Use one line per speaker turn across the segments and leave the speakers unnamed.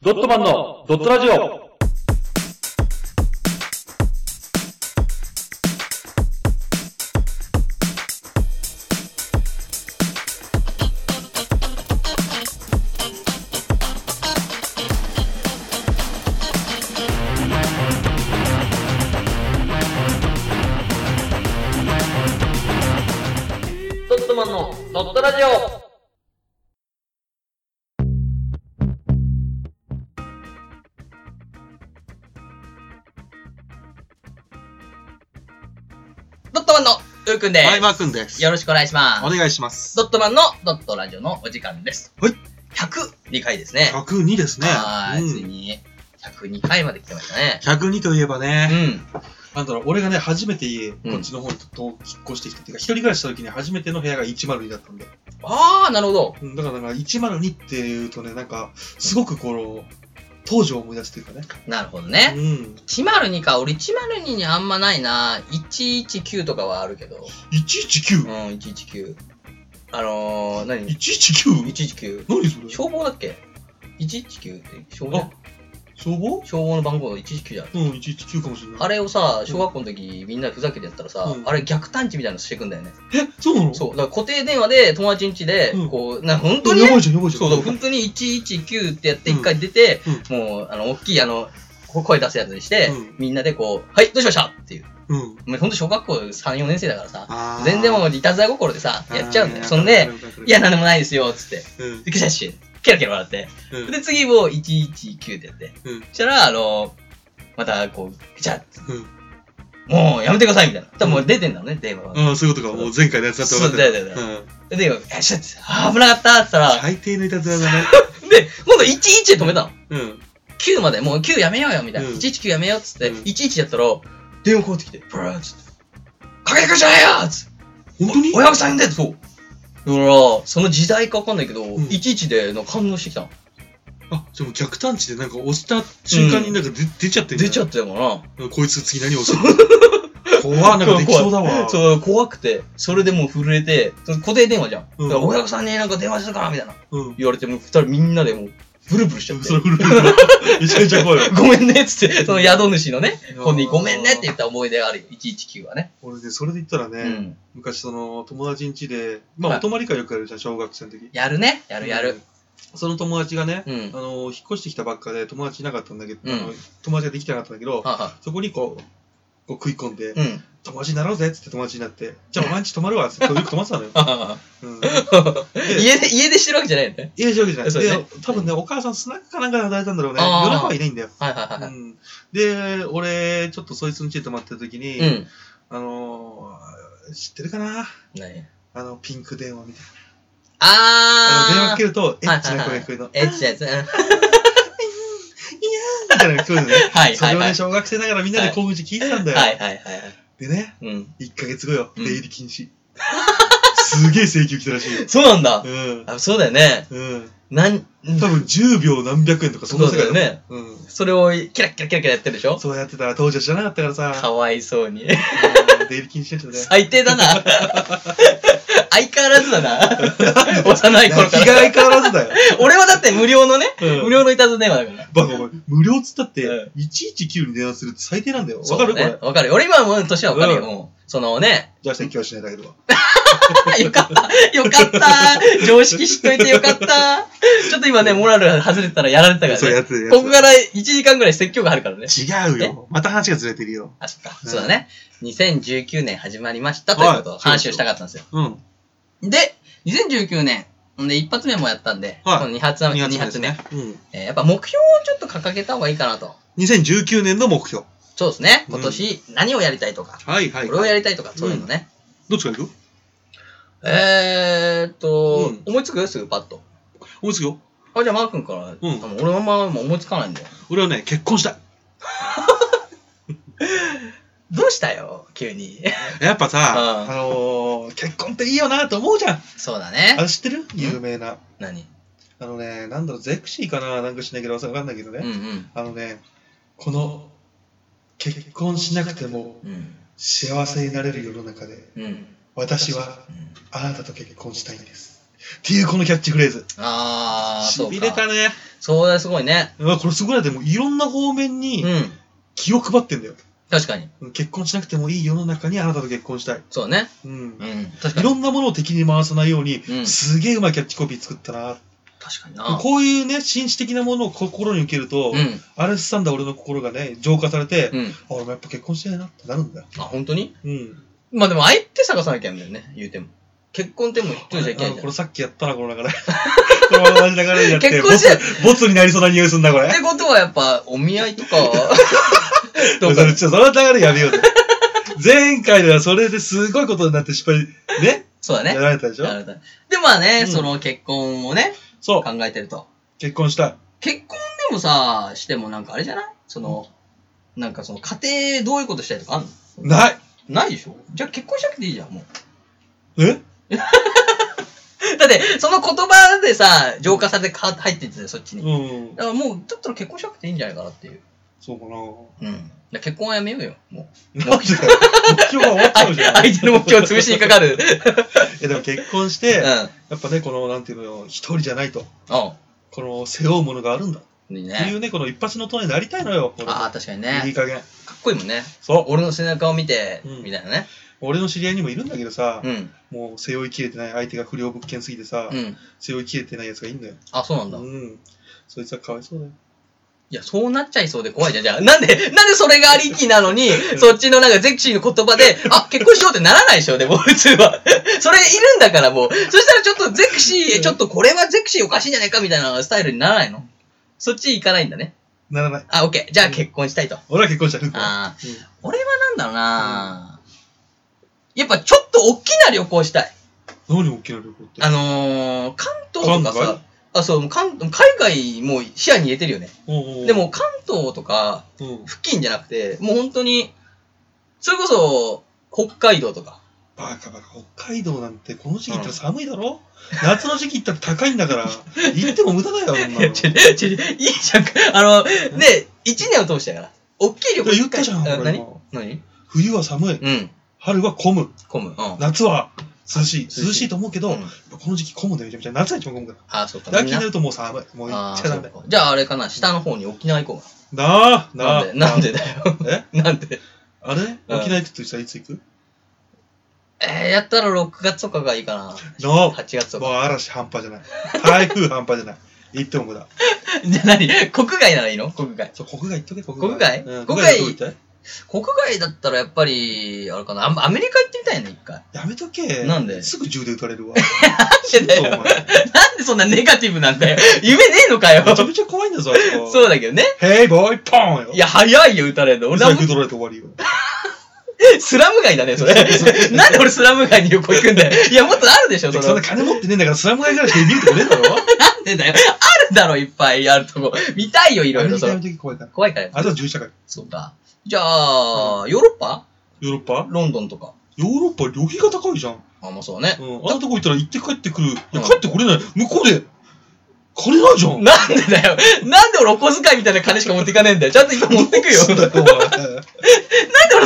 ドットマンのドットラジオ
ドットマンのドットラジオドットマンのうーくんで
マイマー君です。
す。よろしくお願いしま
お
す。
願いします。
ドットマンのドットラジオのお時間です。
はい。
102回ですね。
102ですね。
はーい、つい
うん
に102回まで来てましたね。
102といえば
う
ね、
ん。
なんだろう、俺がね、初めて家、こっちの方にと引っ越してきたっていうか、一人暮らしした時に初めての部屋が102だったんで。
あー、なるほど。
うんだからなんか、102っていうとね、なんか、すごくこの、当時を思い出すというかね。
なるほどね。
うん。
102か、俺102にあんまないな。119とかはあるけど。うん、
119?119?
119。あのー、何 ?119。
何それ
消防だっけ ?119 って消
あ
防、
消防
消防の番号の119じゃん。
うん、119かもしれない。
あれをさ、小学校の時みんなでふざけてやったらさ、
うん
あれ逆探知みたいなのしてくんだよね。
え、そうなの
そう。だから固定電話で友達ん家で
う、ん
こう、な、本当
う
に
やば
ね
いじゃん、やばいじゃん。
そうそう、本当に119ってやって一回出て、もう、あの、大きいあの、こ声出すやつにして、
うん
みんなでこう、はい、どうしましたっていう。
うん。
もうほんと小学校3、4年生だからさ、
あー
全然もういたずら心でさ、やっちゃうんだよ。そんで、、い
や
や、なんでもないですよ、つって。
るわかる
びっくりしたし、ケラケラ笑って。
うん。うん
で、次を119ってやって。
うん
そしたら、あの、また、こう、ぐちゃっ
うん。
もうやめてくださいみたいな。多分もう出てんだろうね、電話が。
ああ、そういうことか。もう前回のやつだって分かってた。
そうだよだよだ
うん
で、電話が、え、ちょっと、危なかったって言ったら、
最低のいたず らだね。
で、今度11で止めたの。
うん。
9まで、もう9やめようよ、みたいな。
うん
119やめようっつって、
うん
11やったら、電話かかってきて、ブラーっつって、かけてくんじゃないよっつって、
本当に
お親御さん呼んでそう。だから、その時代かわかんないけど、
ん
11でなんか感動してきたの。
あ、でも逆探知でなんか押した瞬間になんか出,、出ちゃってんじ
出ちゃ
ゃ
っ
ん
てたのかな。
こいつ次何 押すの怖っなんかできそうだわ。う。
そう、怖くて、それでもう震えて、その固定電話じゃん。
うん
だから親御さんになんか電話するからみたいな。
うん。
言われて、もう二人みんなでもう、ブルブルしちゃって
そ。れ古いな。めちゃめちゃ怖いわ。
ごめんねっつ って、その宿主のね、本人にごめんねって言
う。
った思い出があるよ、119はね。
俺ね、それで言ったらね、
うん。
昔その友達ん家で、ま
は
あ
い
お泊まり会よくやるじゃん、小学生の時。
やるね、やるや
う
る
ん。。その友達がね、
うん。
あの、引っ越してきたばっかで友達いなかったんだけど、
うん
あの友達ができてなかったんだけど、
はは
そこにこう、こう食い込んで、
うん。
友達になろうぜっつって友達になって、じゃあお前んち泊まるわっつって、よく泊まってた のよ。うん、
家で、家でしてるわけじゃないよね。
いや、そういうわけじ
そう
ゃ
ね
ない。で、多分ね、お母さんスナックかなんかで働いたんだろうね。
あー
夜中はいないんだよ。
はいはいうはい。
ん、で、俺、ちょっとそいつの家で泊まってる時に、
うん。
あのー、知ってるかな
何
あの、ピンク電話みたいな。あの、電話
あ
か
ー
けると、エッチな
はいはいは
声
い
が聞こえるの。
エッチなやつ。うん
みたいなのが聞こえるのね。
はい
そ
は
れ
い
を
はい
ね、。小学生ながらみんなで興奮して聞いてたんだよ。
はいはいはい。
でね、
うん。
1ヶ月後よ、
うん
出入り禁止。すげえ請求来たらし いよ。
そうなんだ
う。ん。
あそうだよね。
うん。
なん、
多分10秒何百円とか、そん
そ
な
う
世
だ
界
よ。ね。
うん。
それをキラッキラキラキラやってるでしょ
そうやってたら当時は知らなかったからさ。
かわいそうに。
うん出入り禁止でしたね。
最低 だな。相変わらずだな。 幼い頃か
被
ら。
害変わらず だよ。
俺はだって無料のね、
うん
無料のいたずら電話だから。
バカお前、無料っつったっ
う
て、119に電話するって最低なんだよ。わ
そう
かるこ
ね
れ。
わかるよ。俺今はもう年はわかるよ。
うん
もうそのね、
じゃあ説教はしないだけど。
よかった。よかった。常識知っといてよかった。ちょっと今ね、モラル外れてたらやられてたか
そう
ら
や
ね。
ってるや
ここから1時間ぐらい説教があるからね。
つ。違うよ。また話がずれてるよ。
あ、そっか。
うん
そうだね。2019年始まりましたということを
はい
話をしたかったんですよ。
うん。
で、2019年、で、一発目もやったんで、
はい
この2発目、
二
二発目。
目ですね。
えーやっぱ目標をちょっと掲げた方がいいかなと。
うん。2019年の目標。
そうですね。
うん
今年何をやりたいとか、
はいは
これをや
り。
りたいとか、そういうのね。
どっちから行く
えーっと、
うん
思いつくすぐパッと。
思いつくよ。
あ、じゃあマー君から。
ん
あの俺はあんま今思いつかないんだよ。
俺はね、結婚したい。
どうしたよ、急に。
やっぱさ、
うん
あのー、結婚っていいよなと思うじゃん。
そうだ
あ
ね。
れ知ってる有名な。
何
あのね、なんだろう、ゼクシーかななんかしないけど、わかんないけど
うんう
ね。
ん。
あのね、この、結婚しなくても
うん。
幸せになれる世の中で、
うん。うん
私はあなたと結婚したいんです。っていうこのキャッチフレーズ。
あー、そうか。
ね。
それすごいね。
あこれすごいな、でもいろんな方面
う
に
ん。
気を配ってんだよ。
確かに。
結婚しなくてもいい世の中にあなたと結婚したい。
そうね。
うん。
うん。確か
い
に。
ろんなものを敵に回さないように、
うん
すげえうまいキャッチコピー作ったな。
確かにな。
こういうね、紳士的なものを心に受けると、
うん。
アレスサンダー俺の心がね、浄化されて、
うん。
あ、俺もやっぱ結婚したいなってなるんだよ。
あ、本当に
うん。
まあでも相手探さなきゃいけないんだよね、言うても。結婚ってもう一人じゃいけ
あ
ない
の
じゃ
こ
ん。っ
れさっきやったな、この流れ。このまま同じ流れでやって、
結婚して
ボツボツになりそうな匂いすんな、これ。
てことはやっぱ、お見合いとか、
そ
と
れ、
か、
ちょその流れやめようぜ。 前回ではそれですごいことになって失敗、ね
そうだ
や
ね。
られたでしょ
なるほどで、まあね、
うん
その結婚をね、
そう
考。えてると。
結婚したい。
結婚でもさ、してもなんかあれじゃないその、なんかその家庭どういうことしたいとかあんの
ない。
ないでしょじゃあ結婚しなくていいじゃ ん、もう。
え
だって、その言葉でさ、浄化されてか入っていってたよ、そっちに。
うん。
だからもう、だったら結婚しなくていいんじゃないかなって いう。
そうかな。
うん。だから結婚はやめようよ、もう。
なんでだよ目標が終わっちゃうじゃん。
相手の目標を潰しにかかる。
え、でも結婚し
う
て、
ん。
や
あ
っぱね、この、なんていうのよ、一人じゃないと。
あ、
この、背負うものがあるんだ。
いい
ってい
ね。
うね、この一発の塔になりたいのよ。この
ああ、確かに
いい
ね。
加減。
かっこいいもんね。
そう。
俺の背中を見て、
うん
みたいなね。
俺の知り合いにもいるんだけどさ、
うん。
もう背負いきれてない相手が不良物件すぎてさ、
うん。
背負いきれてないやつがいいんだよ。
あ、そうなんだ。い
うん。そいつはかわいそうだよ。
や、そうなっちゃいそうで怖いじゃん。じゃあ、なんで、なんでそれがありきなのに、そっちのなんかゼクシーの言葉で、あ、結婚しようってならないでしょ、でも普通は。それいるんだからもう。そしたらちょっとゼクシー、ちょっとこれはゼクシーおかしいんじゃないかみたいなスタイルにならないのそっち行かないんだね。
ならない。
あ、オッケー。じゃあ結婚したいと。
俺は結婚したい。
ああ。
うん
俺はなんだろうな、やっぱちょっと大きな旅行したい。
何大きな旅行って。
あのー、関東とか
海
さ
外、
あ、そう、関海外も視野に入れてるよね。
おうおう
で、も関東とか
うん、
付近じゃなくて、もう本当に、それこそ、北海道とか。
バカバカ、北海道なんてこの時期行ったら寒いだろ、夏の時期行ったら高いん だから、行っても無駄だよ、そんなの。
ちょちょいいじゃんか。あの、ね、一年を通してやから。大きい旅行
言ったじゃん、
あ
俺
何
今
何
冬は寒い、
うん。
春は混む、
混む。うん。
夏は涼しい。
しい
涼しいと思うけど、
うん
この時期混むでめちゃめちゃ。夏は一番混むから。
あ、そうか。
だ
みん
気に
な
なるともう寒い。もう行
あ
っち
ー
ゃ
そ
ダ
う
メ。
かじゃああれかな、下の方に沖縄行こ
なあ、
うか
な
な。な
あ。
んで、なんでだよ。
え
なんで
あれ沖縄行くとしたらいつ行く
えー、やったら6月とかがいいかな。
の
8月と
もう
か。
嵐半端じゃない。台風半端じゃない。行っても無駄。
じゃあ何国外ならいいの国外。
そう、国外行っとけ、国
外
うん
国
国
外
外どこ行きたい
国外だったらやっぱり、あれかな。あアメリカ行ってみたいね、一回。
やめとけ。
なんです
ぐ銃で撃たれる わ。
なんでだよ
死ぬぞお前
なんでそんなネガティブなん だよ。夢ねえのかよ。
めちゃめちゃ怖いんだぞ、あそこ。
そうだけどね。
ヘイボーイ、ポーンよ。
いや、早いよ、撃たれるの。
俺
俺はも
財布取られて終わりよ。
う、スラム街だね、それ。なんで俺スラム街に旅行行くんだ よ。いや、もっとあるでしょ、
そ
そ
ん
の
な。金持ってねえんだから、スラム街ぐらいしか見るとこねえんだろ。
なんでだよ。あるだろ、いっぱいあるとこ。見たいよ、いろ
ア
い
メ
ろ。
リカ
そ
やめ
の
とけ、怖いから。
怖いから。
あとは銃社会。
そうか。じゃあ、ヨーロッパ
ヨーロッパ
ロンドンとか。
ヨーロッパ旅費が高いじゃん。
あ、まあそうね。
うん。あんなとこ行ったら行って帰ってくる。いや、
うん
帰ってこれない。向こうで、金ないじゃん。
なんでだよ。なんで俺お小遣いみたいな金しか持っていかねえんだよ。ちゃんと今持ってく よ。
そ
な
うんだ
で
よ、お前。
俺
や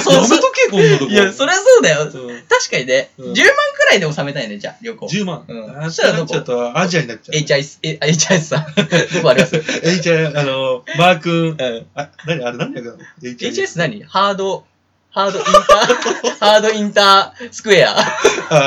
そう
め
す
とけ、こんなとこ。
いや、そりゃそうだよ。
うん
確かにね。
うん
10万くらいで収めたいね、じゃあ、旅行。
10万。
うん
あしたらなっちゃうとアジアになっちゃう。
HIS、え HIS さん。どこあります
HIS、あの、マー君。
うん
あ、何あれ何略なの ?HIS。
?HIS 何ハード、ハードインタ ー、ハードインタースクエア。
あ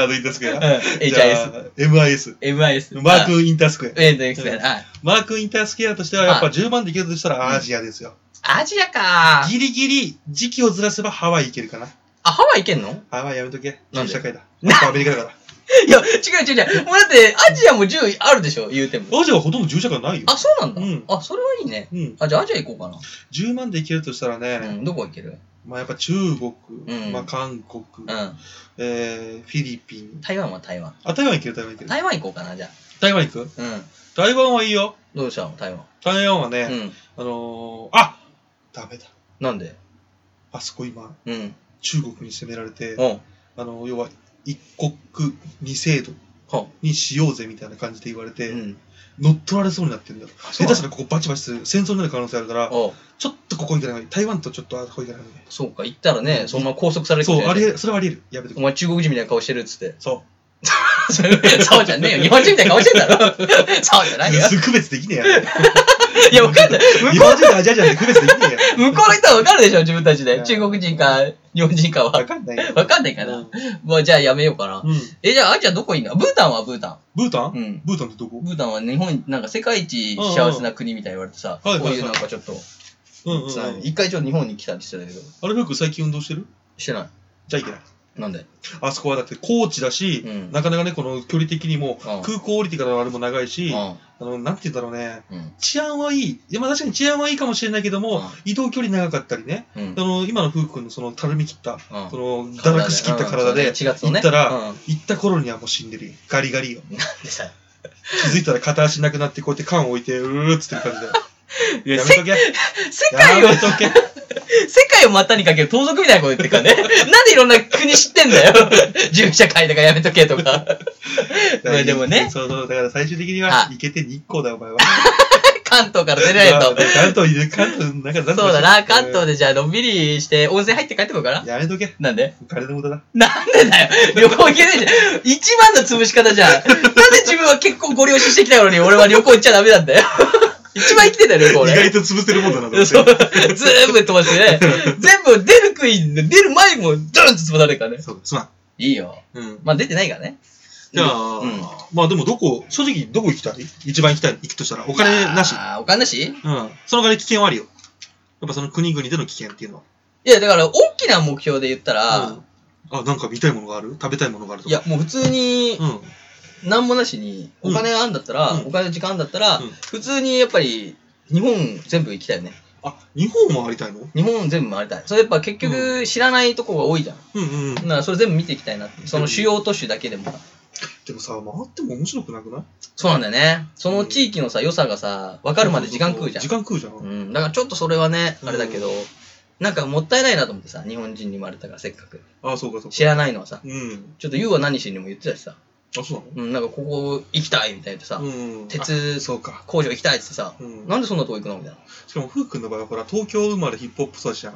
ー、インタースクエ
うん
ア。
HIS。
じゃあ。MIS。
MIS。
マークインタースクエア。
えっと、いくつだよあ
マークインタースクエアとしては、やっぱ
は
10万でいけるとしたらアジアですよ。
アジアか
ギリギリ、時期をずらせばハワイいけるかな。
あ、ハワイ行けんの
ハワイやめとけ。
なんで
社会だ。やっぱアメリカだから。
いや、違う違う違う。もうだって、アジアも10あるでしょ、言うても。
アジアはほとんど銃社会ないよ。
あ、そうなんだ
うん。
あ、それはいいね。
うん。
あ、じゃあアジア行こうか
10万でいけるとしたら
な。う
ね、
ん、どこ行ける
まあやっぱ中国
う、ん
まあ韓国、
うん。
えーフィリピン。
台湾は台湾。
あ、台湾行ける、台湾行ける。
台湾行こうかな、じゃ
台湾行く
あ。うん。
台湾はいいよ。
どうしたの台湾。
台湾はね、
うん。
あのー、あダメだ。
なんで
あそこ今、
うん。
中国に攻められて、
うん。
あのー要は、一国二制度
は
にしようぜみたいな感じで言われて、
うん。
乗っ取られそうになってんだよ。
そ
下
うなの
手したらここバチバチする、戦争になる可能性あるから、
おう
ちょっとここ行かない方がいい。台湾とちょっとあそこ行かない方がい
そうか、行ったらね、そのまま拘束される
い。
かも
そう、あ
しれ
り
ない。
えそれはありえる。やめて
お前中国人みたいな顔してるっつって。
そ
そうじゃねえよ。日本人みたいな顔してんだろ。そうじゃ
う。
ないよ。
区別できねえや
いや、わかんない。
日
向こ
本人とアジア人なんて区別できね
う、向こうの人はわかるでしょ、自分たち
い
で。
や
中国人か、日本人か
えよ。わ
は。
かんないよ。
わかんないか
う。
なんまあ、じゃあやめようかな。
うん。
え、じゃあ、あじゃあどこいんのブータンはブータ
ブータ
ン。う
ン
ん。
ブータンってどこ
ブータンは日本、なんか世界一幸せな国みたいに言われてさ、
うん
こ
うん
ういうなんかちょっと、
うんうんうん。
さ
あ
一回ちょっと日本に来たりしてたけど、
れ、ふうくん最近運動してる
してな
じゃあいけない。
い。なんで
あそこはだって高知だし、
うん
なかなかね、この距離的にも、
うん
空港降りてからのあれも長いし、あ
う
の、なんて言うんだろうね、
ん。うん。
治安はいい。いやまあ確かに治安はいいかもしれないけども、
うん
移動距離長かったりね、
うん
あ。の、今のふうくんのその、たるみ切った、
うん
その、堕落しきった体で、
1月のね。
行ったら
うん
行った頃にはもう死んでるよ。ガリガリよ。
でさ、
気づいたら片足なくなって、こうやって缶を置いて、うーっつってる感じだよ。
いや
やめとけ。や
世界を
め、とけ。
世界を股にかける盗賊みたいなこと言ってるからね。 なんでいろんな国知ってんだよ。 銃社会とかやめとけ とか。 まあでもね、
そうそう、だから最終的には、
はい
行けて日光だよ、お前は。
関東から出ないと。
関東いる、関東、なんか、
そうだな、関東でじゃあのんびりして温泉入って帰ってこようかな。
で。やめとけ。
なんで
金の無駄だ。
なんでだよ旅行行けないじゃん一番の潰し方じゃんなんで自分は結構ご了承してきたのに俺は旅行行っちゃダメなんだよ一番生きてんだよ旅行
意
俺
外と潰せるもんだなと思って
そう。全部飛ばしてね。全部出る杭に、出る前も、ドーンとつまられるからね。
そう、すまん。
いいよ。
うん。
まあ出てないからね。
じゃあ、
うん
まあでもどこ、正直どこ行きたい一番行きたい、行くとしたら。お金なし。
あーお金なし
うん。その代わり危険はあるよ。やっぱその国々での危険っていうのは。
いや、だから、大きな目標で言った
う
ら
ん、あ、なんか見たいものがある食べたいものがあると
い
か。
や、もう普通に
う、ん。
なんもなしに、
う
お
ん
金があんだったら、
うん
お金の時間あんだったら
うん、
普通にやっぱり、日本全部行きたいよね。
あ、日本回りたいの
日本全部回りたい。それやっぱ結局知らないとこが多いじゃん。
うんうん。
だからそれ全部見ていきたいなって。その主要都市だけでも。
でもさ、回っても面白くなくない
そうなんだよね。その地域のさ、良さがさ、分かるまで時間食うじゃん
時。間食うじゃん。
うん、だからちょっとそれはね、
うん
あれだけど、なんかもったいないなと思ってさ、日本人に生まれたからせっかく。
あそうかそうか。
知らないのはさ、
うん。
ちょっと YOU は何しにも言ってたしさ、
あ、そう
うん、なんかここ行きたいみたいなさ
な、のうん。
鉄
あそうか。
工場行きたいっつってさ、
うん
なんでそんなとこ行くのみたい
しかも、ふうくんの場合は、ほら、東京生まれヒップホップ育ちじゃん。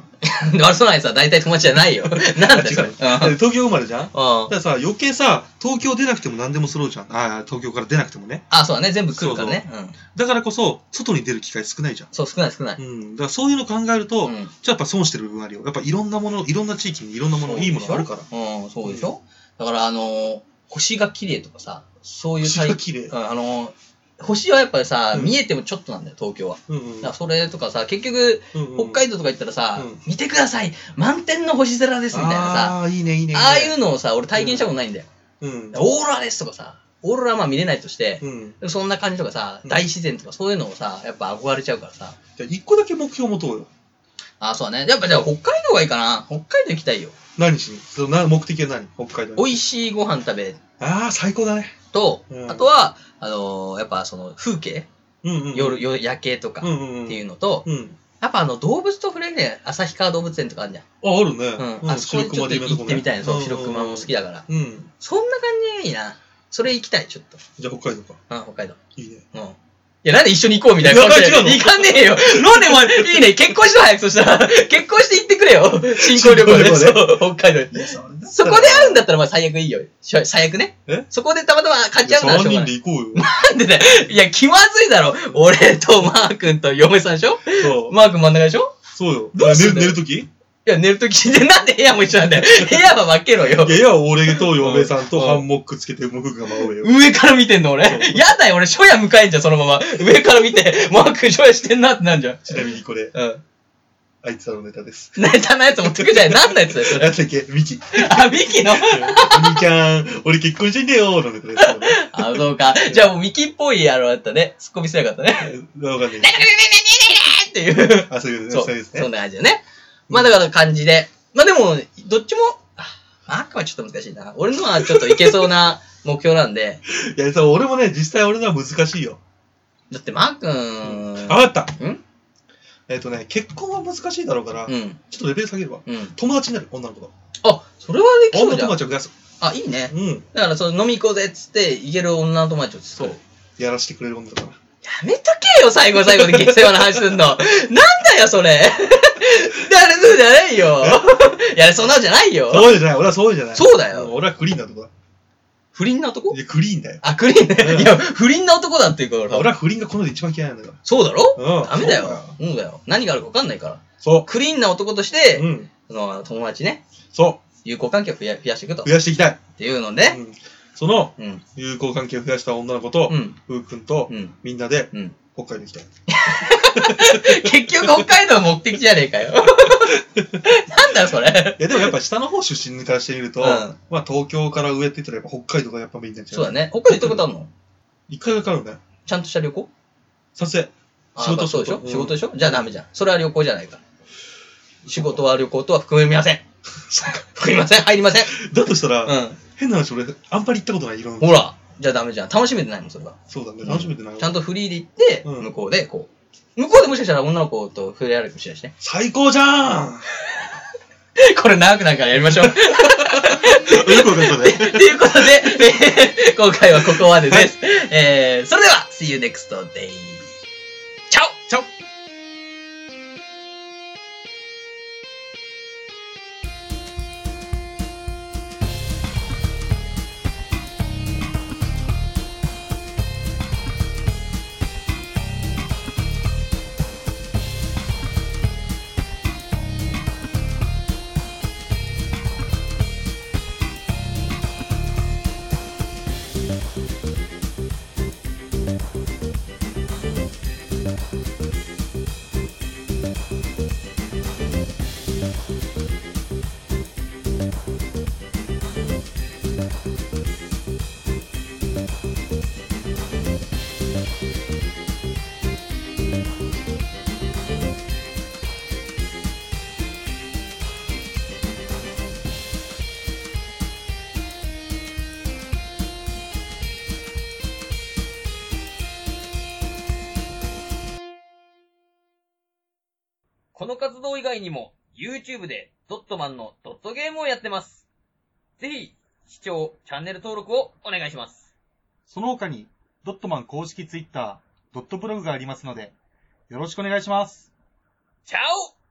な。 で、あれそないさ、大体友達じゃない よ。なんだよ、それ。うん。
だって東京生まれじゃん
うん
だからさ、余計さ、東京出なくても何でも揃うじゃん。ああ、東京から出なくてもね。
あ、そうだね、全部来るからね。うん。
だからこそ、外に出る機会少ないじゃん。
そう、少ない少ない。
うん。だからそういうの考えると、
う
ちょっ
ん
とやっぱ損してる部分あるよ。やっぱいろんなもの、いろんな地域にいろんなもの、いいものがあるから。
うん、そうでしょ、だから、あのー星が綺麗とかさ、そういう
星
最
が綺麗
う。んあのー星はやっぱりさ、
うん
見えてもちょっとなんだよ、東京は。
うんう
だ
ん
からそれとかさ、結局、
うんうん
北海道とか行ったらさ、
うん
見てください満天の星空ですみたいなさ、
ああ、いいね、いいね。
ああいううのをさ、俺体験したことないんだよ。
うん。
オーロラですとかさ、オーロラはまあ見れないとして、
うん。
でもそんな感じとかさ、
うん
大自然とかそういうのをさ、やっぱ憧れちゃうからさ。
じゃあ、一個だけ目標持とうよ。
ああ、そうだね。やっぱじゃあ北海道がいいかな。北海道行きたいよ。
何しにそのな目的は何北海道に。
美味しいご飯食べ
ああ、最高だね。
と、
うん
あとは、あのーやっぱその風景、
うんうんうん。
夜、夜夜景とかっ
うんうんうん。。
ていううのと、
うん。
やっぱあの動物と触れるね、旭川動物園とかあるじゃん。
あ、あるね。
うん。あそこにちょっと行ってみたいな。そう、白熊も好き
だ。
だから。
うん。
そんな感じがいいな。それ行きたい、ちょっと。
じゃあ、北海道か。
うん、北海道。
いいね。
うん。いや、なんで一緒に行こうみたいな
やばい
で
違うの
行かねえよ。なんでお前、いいね、結婚しろ早く、そしたら。結婚して行ってくれよ。新婚旅行で。
新
そう、北海道に。そこで会うんだったら、まあ最悪いいよ。しょ最悪ね。
え
そこでたまたま勝ち合うならしょ
3
うがな
人で
い。
行こ う
なんでだよ。いや、気まずいだろ。俺とマー君と嫁さんでしょ
よ。そう。
マー君真ん中でしょ
そうよ。
どうすんだ
寝る
よ
寝るときい
いや、寝るときで、なんで部屋も一緒なんだよ。部屋は分けろよ。
やいや、俺と嫁さんと
うん
ハンモックつけて、もう服が真上よ。
上から見てんの俺。
そう
やだよ、俺、初夜迎えんじゃん、そのまま。上から見て、マー君初夜してんなってなんじゃん。
ちなみにこれ、
うん。
あいつらのネタです。
ネタのやつ持ってくじゃない。何のやつだよ、そ
なんだ
れ。
っけミキ。
あ、ミキの
お兄ちゃん、俺結婚してんだよーのネタです。
あ、そうか。じゃあもうミキっぽいやろだったね。ツッコミせなかったね。
わかんない。
っていう。
あ、そういう
そ、
そうういうですね
そん。な感じだね。まあだから感じで。まあでも、どっちも、あマークはちょっと難しいな。俺のはちょっといけそうな目標なんで。
いや、さ、俺もね、実際俺のは難しいよ。
だってマー君、
あ、わかった。
ん
えっとね、結婚は難しいだろうから
う、ん。
ちょっとレベル下げれば。
うん。
友達になる、女の子と。
あ、それはできそ
女
うじゃ
友
ん。
達を増やす。
あ、いいね。
うん。
だから、その飲み行こうぜっつって、行ける女の友達を作
そ
る
う。。やらしてくれる女だから。
やめとけよ、最後最後で下世話の話すんの。 なんだよ、それ。 誰そうじゃない よ。いや、そんなんじゃないよ。
そうじゃない、俺はそうじゃない。
そうだよ
ん俺はクリーンなとこだ。
不倫な男
いや、クリーンだよ。
あ、クリーンね。いや、不倫な男だって言うから
俺は不倫がこの世で一番嫌いなんだよ。
そうだろ
うん。
ダメだよ
そう。
そうだよ。何があるか分かんないから。
そ
クリーンな男とし
う。
て
う、ん。
その友達ね、
そ
友好関係を増や増やしていくと。
う。
っ
増やしていきたい。
ていうので、
うん。その、
うん。
友好関係を増やした女の子と
う、ん。
ふうくんと
う、ん。
みんなで、
うん。
北海道行きたい。
結局北海道目的じゃねえか よ。なんだそれ。
いや、でもやっぱ下の方出身からしてみると、
うん
まあ東京から上って言ったらやっぱ北海道がやっぱメインなんじゃ
そう
ない
だね。北海道行ったことあるの
一回だからね。
ちゃんとした旅行
撮影。
あ
仕事
まあそうでしょ
仕事
仕事でしょじゃあダメじゃん。それは旅行じゃないから。仕事は旅行とは含みま せん。含みません。入りません。
だとしたら、
う
変な話俺、あんまり行ったことない、いろん
ん。
な。
ほら。じゃあダメじゃん。楽しめてないもん、それは。
そうだね、楽しめてないわ。
ちゃんとフリーで行って、
うん
向こうでこう。向こうでもしかしたら女の子と触れ合えるかもしれないしね。
最高じゃん
これ長くないからやりま しょう。っ
よくわかったね。
ていうことで、 えー今回はここまでです。えー、それでは、See you next day! チャオ
チャオ
この活動以外にも、YouTube でドットマンのドットゲームをやってます。ぜひ、視聴、チャンネル登録をお願いします。
その他に、ドットマン公式ツイッター、ドットブログがありますので、よろしくお願いします。
チャオ